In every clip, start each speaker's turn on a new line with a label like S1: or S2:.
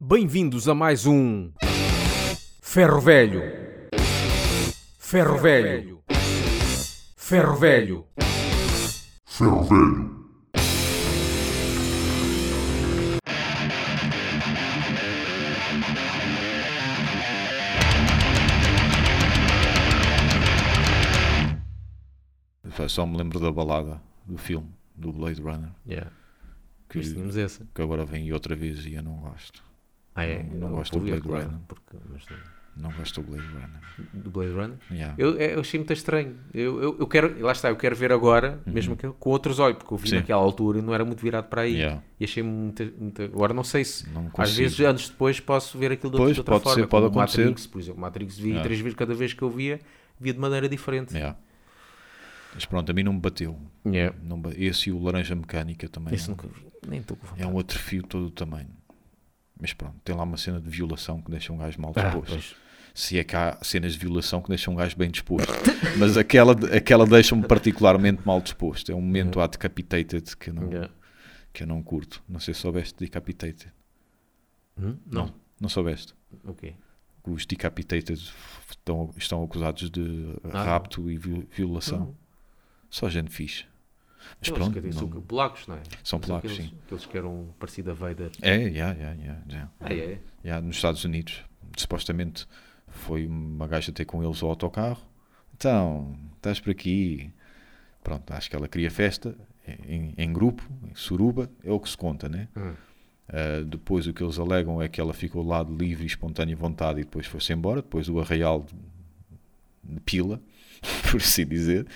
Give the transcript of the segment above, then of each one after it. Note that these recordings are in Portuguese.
S1: Bem-vindos a mais um Ferro Velho. Ferro Velho. Ferro Velho.
S2: Ferro Velho.
S3: Pá, Só me lembro da balada do filme, do Blade Runner,
S4: Yeah.
S3: que,
S4: Mas tínhamos essa.
S3: que agora vem outra vez e eu não gosto.
S4: Ah, é?
S3: Não-
S4: eu
S3: não gosto
S4: vou
S3: do
S4: ver,
S3: Blade
S4: claro,
S3: Runner.
S4: porque- mas do-
S3: Não gosto do Blade Runner.
S4: do Blade Runner?
S3: Yeah.
S4: Eu, é, eu achei muito estranho. Eu, eu, eu quero, lá está, eu quero ver agora, mesmo que com outros olhos, porque eu vi
S3: Uhum. Sim.
S4: naquela altura e não era muito virado para aí.
S3: Yeah.
S4: E achei muito. muito- Agora não sei se.
S3: Não
S4: às
S3: consigo.
S4: vezes, anos depois, posso ver aquilo de, outra-
S3: Pois,
S4: de outra
S3: pode
S4: forma.
S3: ser, pode
S4: como o
S3: acontecer.
S4: Matrix, por exemplo, Matrix vi três vezes cada vez que eu via, via de maneira diferente.
S3: Yeah. Mas pronto, a mim não me bateu.
S4: Yeah.
S3: Não me ba- Esse e o Laranja Mecânica também. um
S4: Esse nunca vi. Nem estou com vontade.
S3: É um outro fio todo o tamanho. Mas pronto, tem lá uma cena de violação que deixa um gajo
S4: Ah,
S3: mal disposto. Se é que há cenas de violação que deixam um gajo bem disposto. Mas aquela, aquela deixa-me particularmente mal disposto. É um momento à decapitated que eu não,
S4: Yeah.
S3: que eu não curto. Não sei se soubeste de decapitated.
S4: Hum? Não.
S3: Não soubeste?
S4: Ok.
S3: que os decapitated f- estão, estão acusados de
S4: Ah.
S3: rapto e vi- violação. Só gente fixe. Mas
S4: Eu acho
S3: pronto,
S4: que eu disse
S3: não-
S4: o que- Polacos, não é?
S3: São
S4: Mas
S3: polacos,
S4: aqueles,
S3: sim.
S4: Aqueles que eram um parecido a Vader.
S3: é, yeah, yeah, yeah, yeah.
S4: Ah, é?
S3: Yeah, nos Estados Unidos, supostamente foi uma gaja ter com eles ao autocarro. Então, estás por aqui. Pronto, acho que ela queria festa em, em grupo, em suruba, é o que se conta, né?
S4: Hum.
S3: Uh, depois o que eles alegam é que ela ficou lá de livre e espontânea vontade e depois foi-se embora, depois do arraial de, de pila, por assim dizer.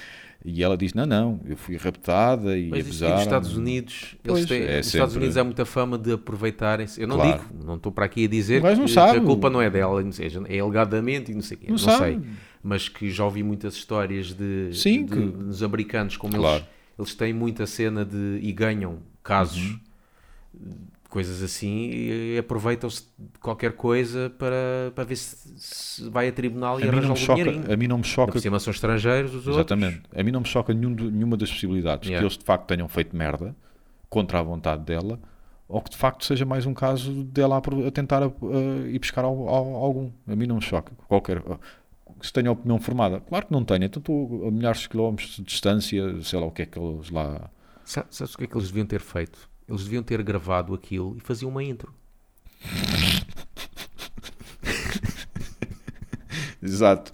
S3: E ela diz, não, não, eu fui raptada e
S4: Mas isto aqui
S3: abusaram.
S4: dos Estados Unidos,
S3: Pois,
S4: eles têm,
S3: é
S4: nos Estados
S3: sempre-
S4: Unidos há muita fama de aproveitarem-se. Eu não
S3: Claro.
S4: digo, não estou para aqui a dizer
S3: Mas
S4: que,
S3: não sabe.
S4: que a culpa não é dela, e não seja, é alegadamente e não sei o quê,
S3: Não
S4: não,
S3: sabe.
S4: sei. Mas que já ouvi muitas histórias de,
S3: Sim,
S4: de-
S3: que-
S4: dos americanos, como
S3: Claro.
S4: eles, eles têm muita cena de e ganham casos.
S3: Uhum.
S4: Coisas assim e aproveitam-se de qualquer coisa para, para ver se, se vai a tribunal e
S3: A mim,
S4: arranja
S3: não me
S4: algum dinheirinho.
S3: choca, a mim não me
S4: Ainda
S3: choca
S4: Por cima são estrangeiros os
S3: Exatamente. A mim não me choca nenhum de- nenhuma das possibilidades que
S4: Yeah.
S3: eles de facto tenham feito merda contra a vontade dela ou que de facto seja mais um caso dela a, pro- a tentar a- a ir buscar al- al- algum. A mim não me choca. Qualquer. ah, Se tenho a opinião formada, claro que não tenho. Então estou a milhares de quilómetros de distância, sei lá o que é que eles lá.
S4: outros. Sa- Sabes o que é que eles deviam ter feito? Eles deviam ter gravado aquilo e faziam uma intro.
S3: Exato.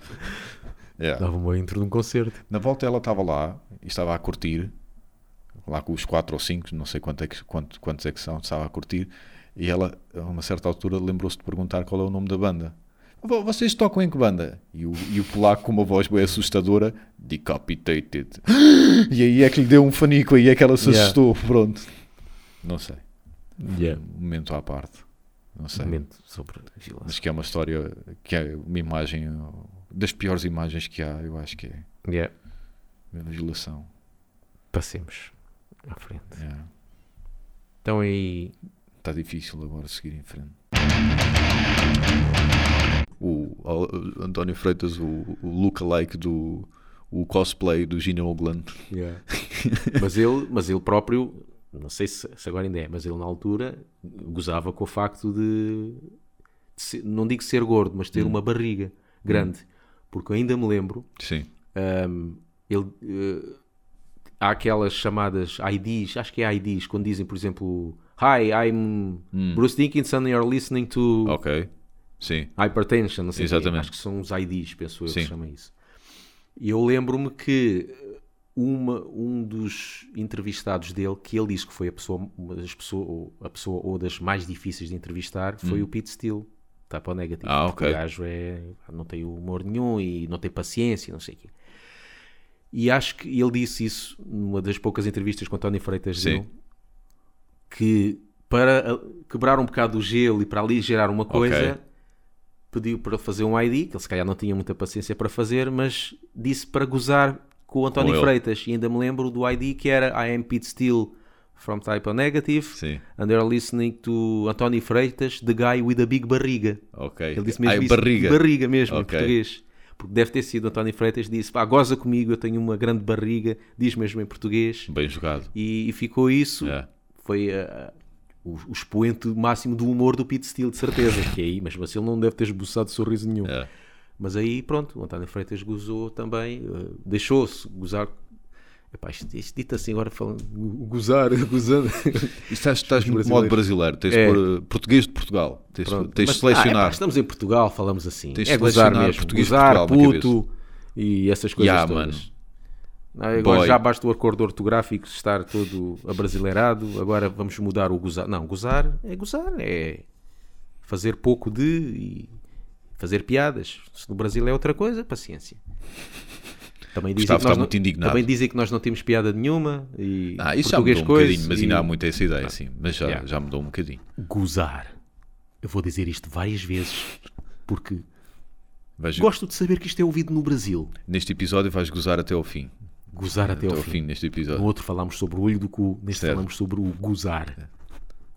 S3: Yeah.
S4: Dava uma intro de um concerto.
S3: Na volta ela estava lá e estava a curtir, lá com os quatro ou cinco, não sei quanto é que- quanto- quantos é que são, estava a curtir, e ela, a uma certa altura, lembrou-se de perguntar qual é o nome da banda. "Vo- Vocês tocam em que banda? E o, e o polaco, com uma voz bem assustadora, decapitated. E aí é que lhe deu um fanico, aí é que ela se
S4: Yeah.
S3: assustou, pronto. Não sei, um momento à parte, não sei.
S4: Momento sobre violência.
S3: Mas que é uma história, que é uma imagem, uh, das piores imagens que há, eu acho que é.
S4: Yeah.
S3: A violação.
S4: Passemos à frente.
S3: yeah.
S4: Então aí.
S3: Está Tá difícil agora seguir em frente. O Al- António Freitas, o, o lookalike do o cosplay do Gina Oglan.
S4: mas, ele, mas ele próprio, não sei se, se agora ainda é, mas ele na altura gozava com o facto de, de ser- não digo ser gordo, mas ter uma barriga grande. Porque eu ainda me lembro
S3: Sim.
S4: Um, ele, eh, há aquelas chamadas IDs, acho que é IDs, quando dizem, por exemplo, Hi, I'm Bruce Dickinson and you're listening to
S3: Ok. Sim.
S4: Hypertension, não sei o quê.
S3: Exatamente.
S4: acho que são os IDs, penso eu
S3: Sim.
S4: que se chama isso. E eu lembro-me que eh, uma, um dos entrevistados dele, que ele disse que foi a pessoa, uma das pessoa, ou- a pessoa ou das mais difíceis de entrevistar, foi o Pete Steele. Está para o negativo.
S3: Hum. Ah,
S4: porque
S3: ok.
S4: O gajo é, não tem humor nenhum e não tem paciência, e não sei o quê. E acho que ele disse isso numa das poucas entrevistas com António Freitas
S3: Sim.
S4: deu, que para ah, quebrar um bocado o gelo e para ali gerar uma coisa, pediu para fazer um ID, que ele se calhar não tinha muita paciência para fazer, mas disse para gozar com o António
S3: ele.
S4: Freitas. E ainda me lembro do ID que era I am Pete Steele from Type O Negative
S3: Sim.
S4: and they're listening to António Freitas, the guy with a big barriga.
S3: Ok.
S4: Ele disse mesmo
S3: Ai,
S4: isso,
S3: barriga.
S4: barriga mesmo, em
S3: Ok.
S4: português. Porque deve ter sido António Freitas disse, pá, goza comigo, eu tenho uma grande barriga, diz mesmo em português.
S3: Bem jogado.
S4: E, e ficou isso.
S3: É.
S4: Foi ah, o, o expoente máximo do humor do Pete Steele, de certeza. Que é aí, mas ele não deve ter esboçado sorriso nenhum.
S3: É.
S4: Mas aí, pronto, o António Freitas gozou também, eh, deixou-se gozar. Epá, isto, isto dito assim agora, falando, go- gozar, gozando.
S3: Isto estás, estás no
S4: brasileiros.
S3: modo brasileiro. Tens de
S4: É.
S3: pôr eh, português de Portugal. Tens,
S4: Pronto,
S3: tens
S4: mas-
S3: de selecionar.
S4: Ah, epá, estamos em Portugal, falamos assim.
S3: Tens de
S4: é gozar
S3: selecionar
S4: mesmo.
S3: português de
S4: gozar,
S3: Portugal na
S4: puto e essas coisas
S3: Yeah,
S4: todas.
S3: mano.
S4: Não, agora
S3: Boy.
S4: já basta o acordo ortográfico estar todo abrasileirado. Agora vamos mudar o gozar. Não, gozar é gozar, é fazer pouco de e fazer piadas. Se no Brasil é outra coisa, paciência. Também dizem,
S3: Gustavo
S4: que nós
S3: está muito
S4: não,
S3: indignado.
S4: também dizem que nós não temos piada nenhuma e
S3: Ah, isso já
S4: português
S3: mudou um
S4: coisa
S3: bocadinho, mas
S4: e
S3: ainda há muito essa ideia, sim. Mas já,
S4: Yeah.
S3: já mudou um bocadinho.
S4: gozar. Eu vou dizer isto várias vezes porque
S3: Vais-
S4: gosto de saber que isto é ouvido no Brasil.
S3: Neste episódio vais gozar até ao fim.
S4: Gozar
S3: Até,
S4: até, ao
S3: ao
S4: fim.
S3: fim neste episódio.
S4: No outro falámos sobre o olho do cu, neste
S3: Certo. É.
S4: falámos sobre o gozar.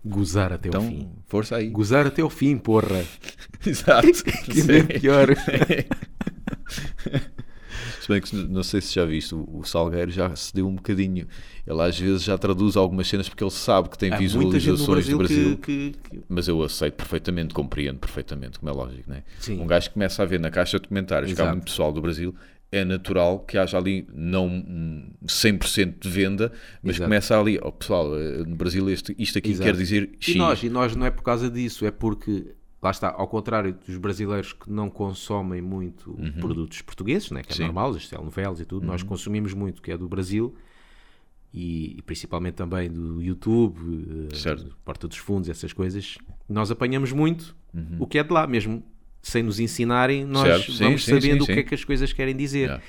S4: Gozar até ao fim.
S3: Então, força aí.
S4: Gozar até ao fim, porra.
S3: Exato.
S4: Que ainda é pior.
S3: Se bem que se- não sei se já viste, o o Salgueiro já cedeu um bocadinho. Ele às vezes já traduz algumas cenas porque ele sabe que tem
S4: Há muita gente no
S3: visualizações do
S4: Brasil,
S3: Brasil.
S4: que, que- que-
S3: Mas eu aceito perfeitamente, compreendo perfeitamente, como é lógico, né?
S4: Sim.
S3: Um gajo que começa a ver na caixa de comentários que há
S4: Exato.
S3: muito pessoal do Brasil, é natural que haja ali, não um 100% de venda, mas
S4: Exato.
S3: começa ali, ó pessoal, eh, no Brasil este, isto aqui
S4: Exato.
S3: quer dizer X.
S4: E nós, e nós não é por causa disso, é porque, lá está, ao contrário dos brasileiros que não consomem muito produtos portugueses, né, que é
S3: Uhum. Sim. Uhum.
S4: normal, as telenovelas e tudo, nós consumimos muito o que é do Brasil e, e principalmente também do YouTube, eh,
S3: Certo.
S4: Porta dos Fundos, essas coisas. Nós apanhamos muito o que é de lá, mesmo sem nos ensinarem, nós
S3: Uhum. Certo, sim,
S4: vamos
S3: sim, sim,
S4: sabendo o que
S3: sim.
S4: é que as coisas querem dizer.
S3: Yeah.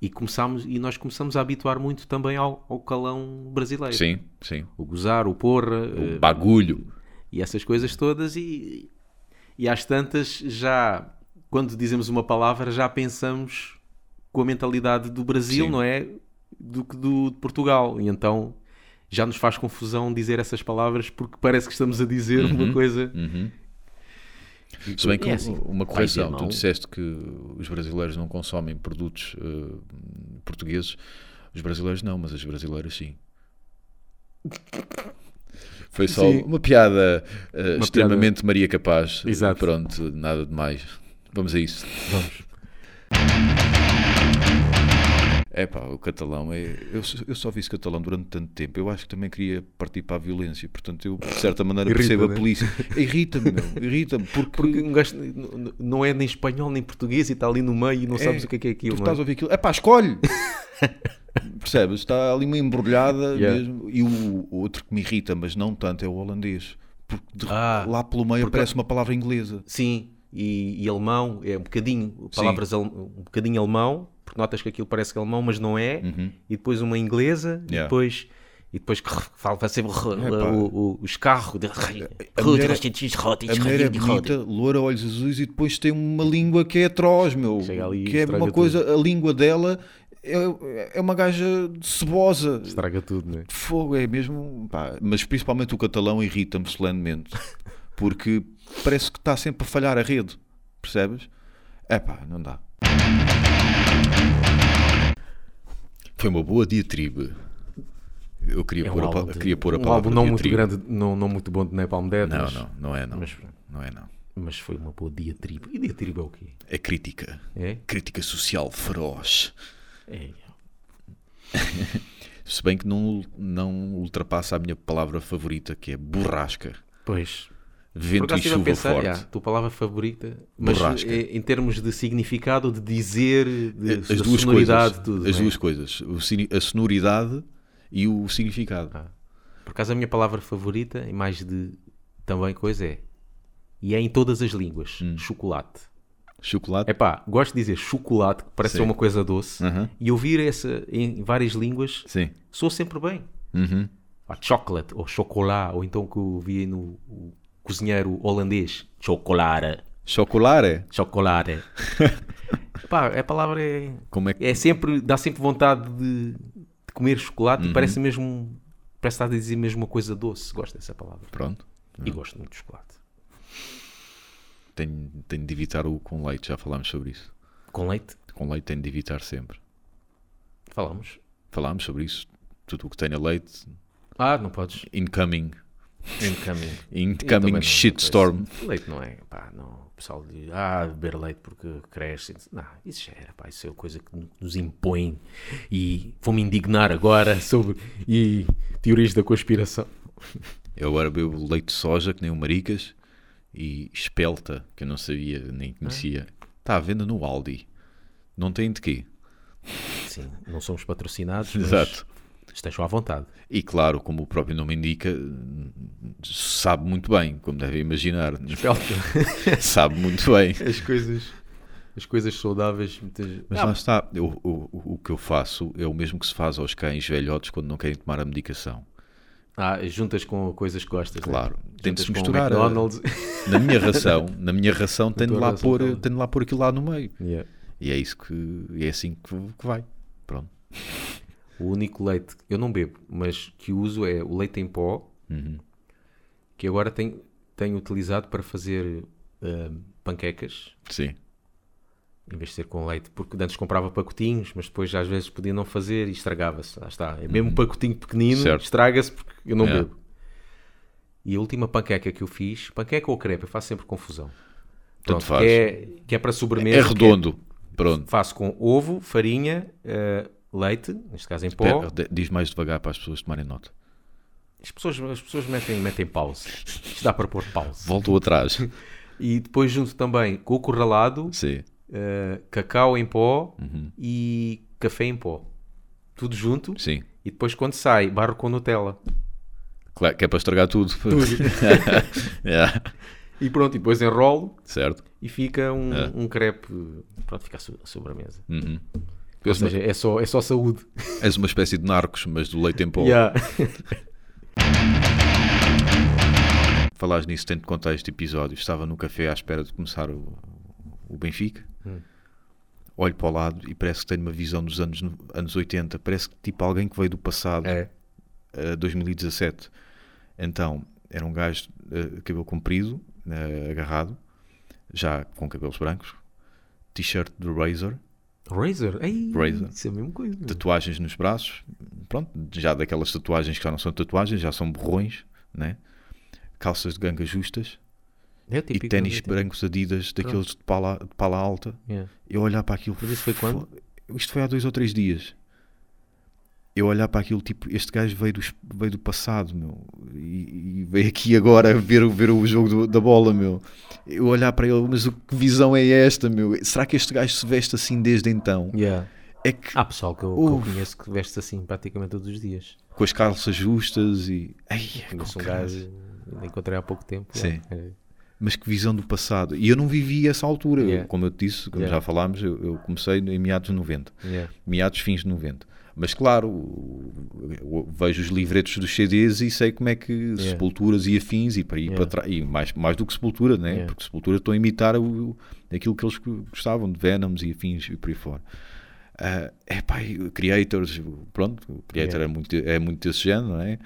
S4: E, começamos, e nós começamos a habituar muito também ao, ao calão brasileiro.
S3: Sim, sim.
S4: O gozar, o porra, eh,
S3: O bagulho.
S4: e essas coisas todas e, e às tantas já quando dizemos uma palavra já pensamos com a mentalidade do Brasil,
S3: Sim.
S4: não é? Do que do de Portugal. E então já nos faz confusão dizer essas palavras porque parece que estamos a dizer uma coisa.
S3: Uhum. Se bem que
S4: É
S3: um-
S4: assim.
S3: uma
S4: Vai
S3: correção,
S4: ser
S3: tu
S4: mau.
S3: disseste que os brasileiros não consomem produtos eh, portugueses. Os brasileiros não, mas as brasileiras sim. Foi só
S4: Sim.
S3: uma piada eh,
S4: Uma
S3: extremamente Maria Capaz.
S4: Exato.
S3: Pronto, nada de mais. Vamos a isso.
S4: Vamos.
S3: É pá, o catalão, é, eu, só- eu só vi esse catalão durante tanto tempo. Eu acho que também queria partir para a violência. Portanto, eu, de certa maneira,
S4: Irrita,
S3: percebo
S4: né?
S3: a polícia. Irrita-me, meu, irrita-me. Porque,
S4: Porque um gajo n- n- não é nem espanhol nem português e está ali no meio e não sabes o que é, que é aquilo.
S3: Tu
S4: não
S3: estás a
S4: é?
S3: ouvir aquilo, é pá, escolhe! Percebes? Está ali uma embrulhada
S4: Yeah.
S3: mesmo. E o outro que me irrita, mas não tanto, é o holandês. Porque de-
S4: Ah,
S3: lá pelo meio aparece uma palavra inglesa.
S4: Sim, e, e alemão é um bocadinho, palavras al- um bocadinho alemão, porque notas que aquilo parece que é alemão, mas não é, e depois uma inglesa, e
S3: Yeah.
S4: depois e depois que fala sempre
S3: Epá.
S4: o, o- os carros de
S3: A mulher, é- a mulher é bonita, loura, olhos azuis e depois tem uma língua que é atroz, meu.
S4: Chega ali e
S3: que é
S4: estraga
S3: uma
S4: tudo.
S3: coisa, a língua dela é, é uma gaja cebosa.
S4: estraga tudo, não é?
S3: Fogo, é mesmo. pá, mas principalmente o catalão irrita-me solenemente. Porque parece que está sempre a falhar a rede. Percebes? É pá, não dá. Foi uma boa diatribe. Eu queria,
S4: É um
S3: pôr, a,
S4: álbum,
S3: pa-
S4: de-
S3: queria pôr a
S4: um
S3: palavra
S4: álbum não muito
S3: diatribe.
S4: grande, não, não muito bom de Napalm Dead,
S3: Não,
S4: mas,
S3: não, não é não.
S4: mas-
S3: Não é não.
S4: mas foi uma boa diatriba. E diatriba é o quê?
S3: É crítica.
S4: É?
S3: Crítica social feroz.
S4: É.
S3: Se bem que não, não ultrapassa a minha palavra favorita, que é borrasca.
S4: Pois,
S3: Vento e
S4: acaso estive
S3: chuva
S4: a pensar,
S3: forte.
S4: já, tua palavra favorita, mas
S3: Borrasca.
S4: eh, em termos de significado, de dizer, de,
S3: as
S4: da
S3: duas
S4: sonoridade,
S3: coisas,
S4: tudo.
S3: as
S4: né?
S3: duas coisas, o sini- a sonoridade e o significado.
S4: Ah. Por acaso a minha palavra favorita, e mais de também coisa, é. E é em todas as línguas, chocolate.
S3: Chocolate,
S4: Epá, gosto de dizer chocolate, que parece
S3: Sim. Hum.
S4: ser uma coisa doce,
S3: Aham.
S4: e ouvir essa em várias línguas
S3: sim,
S4: soa sempre bem.
S3: Uhum.
S4: Ah, chocolate, ou chocolate, ou então que eu vi no o cozinheiro holandês, chocolate.
S3: chocolate,
S4: Chocolate. Pá, a palavra é.
S3: como é que
S4: É sempre. dá sempre vontade de, de comer chocolate e parece mesmo. parece estar a dizer mesmo uma coisa doce. Gosto dessa palavra.
S3: pronto?
S4: E gosto muito de chocolate.
S3: Tenho, tenho de evitar o com leite, já falámos sobre isso.
S4: Com leite,
S3: Com leite tenho de evitar sempre.
S4: falamos.
S3: Falámos sobre isso. Tudo o que tenha leite,
S4: Ah, não podes.
S3: incoming,
S4: Incoming. Eu também
S3: Incoming
S4: não- é
S3: shitstorm.
S4: Leite não é, pá, não. O pessoal diz, ah, beber leite porque cresce. Não, isso já era, pá, isso é coisa que nos impõe. E vou-me indignar agora sobre e teorias da conspiração. assim.
S3: Eu agora bebo leite de soja, que nem o Maricas, e espelta, que eu não sabia, nem
S4: Ah.
S3: conhecia. Está à venda no Aldi. Não tem de quê.
S4: Sim, não somos patrocinados, mas
S3: Exato.
S4: estejam à vontade.
S3: E claro, como o próprio nome indica, sabe muito bem, como devem imaginar. sabe muito bem.
S4: As coisas, as coisas saudáveis, muitas...
S3: Mas lá está, eu- o- o, o que eu faço é o mesmo que se faz aos cães velhotes quando não querem tomar a medicação.
S4: Ah, juntas com coisas que gostas, né?
S3: Claro, tem de
S4: Juntas
S3: se
S4: com
S3: misturar. é.
S4: McDonald's.
S3: Na minha ração, na minha ração, tenho de
S4: tua
S3: lá,
S4: ração, tá
S3: pôr,
S4: claro.
S3: tenho de lá pôr aquilo lá no meio.
S4: Yeah.
S3: E é isso que é assim que, que vai. Pronto.
S4: O único leite que eu não bebo, mas que uso é o leite em pó,
S3: Uhum.
S4: que agora tenho, tenho utilizado para fazer ah, panquecas,
S3: Sim.
S4: em vez de ser com leite, porque antes comprava pacotinhos, mas depois às vezes podia não fazer e estragava-se. Lá está. É mesmo um pacotinho pequenino,
S3: Uhum. Certo. É.
S4: estraga-se porque eu não
S3: Yeah.
S4: bebo. E a última panqueca que eu fiz, panqueca ou crepe, eu faço sempre confusão.
S3: Tanto
S4: Pronto,
S3: faz.
S4: Que é, que é para sobremesa.
S3: é
S4: que é-
S3: redondo. Pronto.
S4: faço com ovo, farinha, eh, leite, neste caso em pó.
S3: Espera, de- Diz mais devagar para as pessoas tomarem nota.
S4: As pessoas, as pessoas metem, metem pause. Isto dá para pôr pause.
S3: Volto atrás.
S4: E depois junto também coco ralado,
S3: Sim.
S4: eh, cacau em pó e café em pó. Tudo junto.
S3: Sim.
S4: E depois quando sai, barro com Nutella.
S3: Claro, que é para estragar tudo. Yeah.
S4: E pronto, e depois enrolo
S3: Certo.
S4: e fica um, um crepe. Pronto, fica a so- a sobremesa. Ou
S3: És uma,
S4: seja, é só, é só saúde.
S3: Uhum. és uma espécie de narcos, mas do leite em pó.
S4: Yeah.
S3: Falares nisso, tento contar este episódio. Estava no café à espera de começar o, o Benfica.
S4: Hum.
S3: Olho para o lado e parece que tenho uma visão dos anos, no- anos 80. Parece que tipo alguém que veio do passado. eh,
S4: É.
S3: a 2017. Então, era um gajo eh, cabelo comprido, eh, agarrado, já com cabelos brancos, t-shirt do Razor,
S4: Razor? Ei,
S3: Razor.
S4: Isso é a mesma coisa. meu.
S3: tatuagens nos braços, pronto, já daquelas tatuagens que já não são tatuagens, já são borrões, né? calças de ganga justas
S4: É o típico
S3: e ténis
S4: do-
S3: brancos adidas daqueles de pala, de pala alta.
S4: Yeah.
S3: Eu olhar para aquilo.
S4: Mas isso foi quando?
S3: fo- Isto foi há dois ou três dias. Eu olhar para aquilo, tipo, este gajo veio do, veio do passado, meu, e, e veio aqui agora ver, o- ver o jogo do- da bola, meu. Eu olhar para ele, mas o- que visão é esta, meu? Será que este gajo se veste assim desde então?
S4: Yeah.
S3: É que
S4: Há Ah, pessoal que eu, que eu
S3: Uf.
S4: conheço que veste assim praticamente todos os dias.
S3: com as calças justas e. Ai,
S4: Conheço
S3: com
S4: um
S3: caralho.
S4: gajo, ainda encontrei há pouco tempo.
S3: Sim.
S4: é.
S3: mas que visão do passado. E eu não vivi essa altura, Eu,
S4: Yeah.
S3: como eu te disse, como
S4: Yeah.
S3: já falámos, eu, eu comecei em meados de 90.
S4: Yeah.
S3: meados fins de 90. Mas claro, o- o- vejo os livretos dos CDs e sei como é que sepulturas e afins e para, ir
S4: Yeah.
S3: para trás, e mais, mais do que sepultura, né?
S4: Yeah.
S3: porque sepultura estão a imitar o- aquilo que eles gostavam de Venoms e afins e por aí fora. Ah, epá, e o creators, pronto, o creator
S4: Yeah.
S3: é, muito, é muito desse género, não é?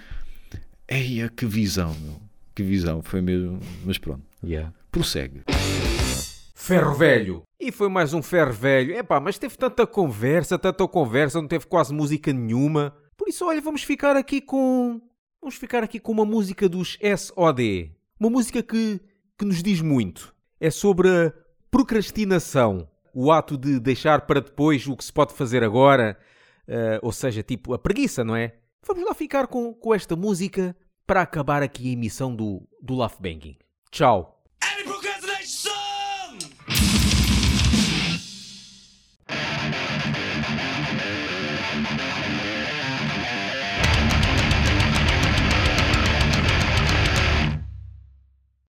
S3: Eia, que visão, meu. que visão, foi mesmo, mas pronto,
S4: Yeah.
S3: prossegue.
S1: Ferro Velho. E foi mais um Ferro Velho. Epá, mas teve tanta conversa, tanta conversa, não teve quase música nenhuma. Por isso, olha, vamos ficar aqui com. Vamos ficar aqui com uma música dos SOD. Uma música que, que nos diz muito. É sobre a procrastinação. O ato de deixar para depois o que se pode fazer agora. eh, ou seja, tipo, a preguiça, não é? Vamos lá ficar com, com esta música para acabar aqui a emissão do, do Laugh Banging. Tchau!